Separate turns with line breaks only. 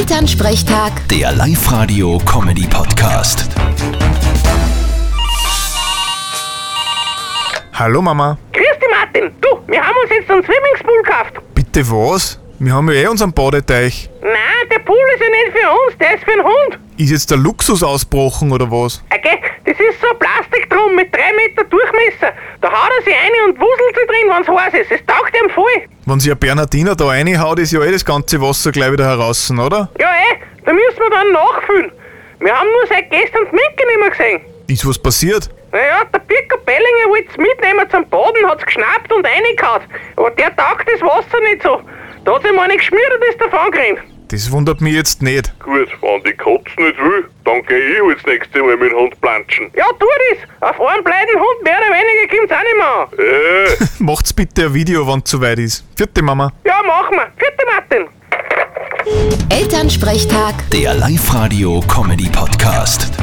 Elternsprechtag,
Der Live-Radio-Comedy-Podcast.
Hallo Mama.
Grüß dich, Martin. Du, wir haben uns jetzt einen Swimmingpool gekauft.
Bitte was? Wir haben ja eh unseren Badeteich.
Nein, der Pool ist ja nicht für uns, der ist für den Hund.
Ist jetzt der Luxus ausbrochen oder was?
Okay, das ist so ein Plastik drum mit drei Meter Durchmesser. Da haut er sich rein und wuselt sich drin, wenn's heiß ist. Das taugt ihm voll.
Wenn sich ein Bernardiner da reinhaut, ist ja eh das ganze Wasser gleich wieder heraus, oder?
Ja, eh, da müssen wir dann nachfüllen. Wir haben nur seit gestern die Minke nicht mehr gesehen.
Ist was passiert?
Naja, der Pirko Bellinger wollte es mitnehmen zum Boden, hat's geschnappt und reingehauen. Aber der taugt das Wasser nicht so. Da hat ihm eine geschmiert und ist davon gerannt.
Das wundert mich jetzt nicht.
Gut, wenn die Katze nicht will, dann gehe ich halt das nächste Mal mit dem Hund planschen.
Ja, tu das. Auf einen bleiden Hund mehr oder weniger kommt's auch nicht mehr an.
Äh,
Macht's bitte ein Video, wenn's zu weit ist. Vierte Mama.
Ja, machen wir. Vierte Martin.
Elternsprechtag.
Der Live-Radio-Comedy-Podcast.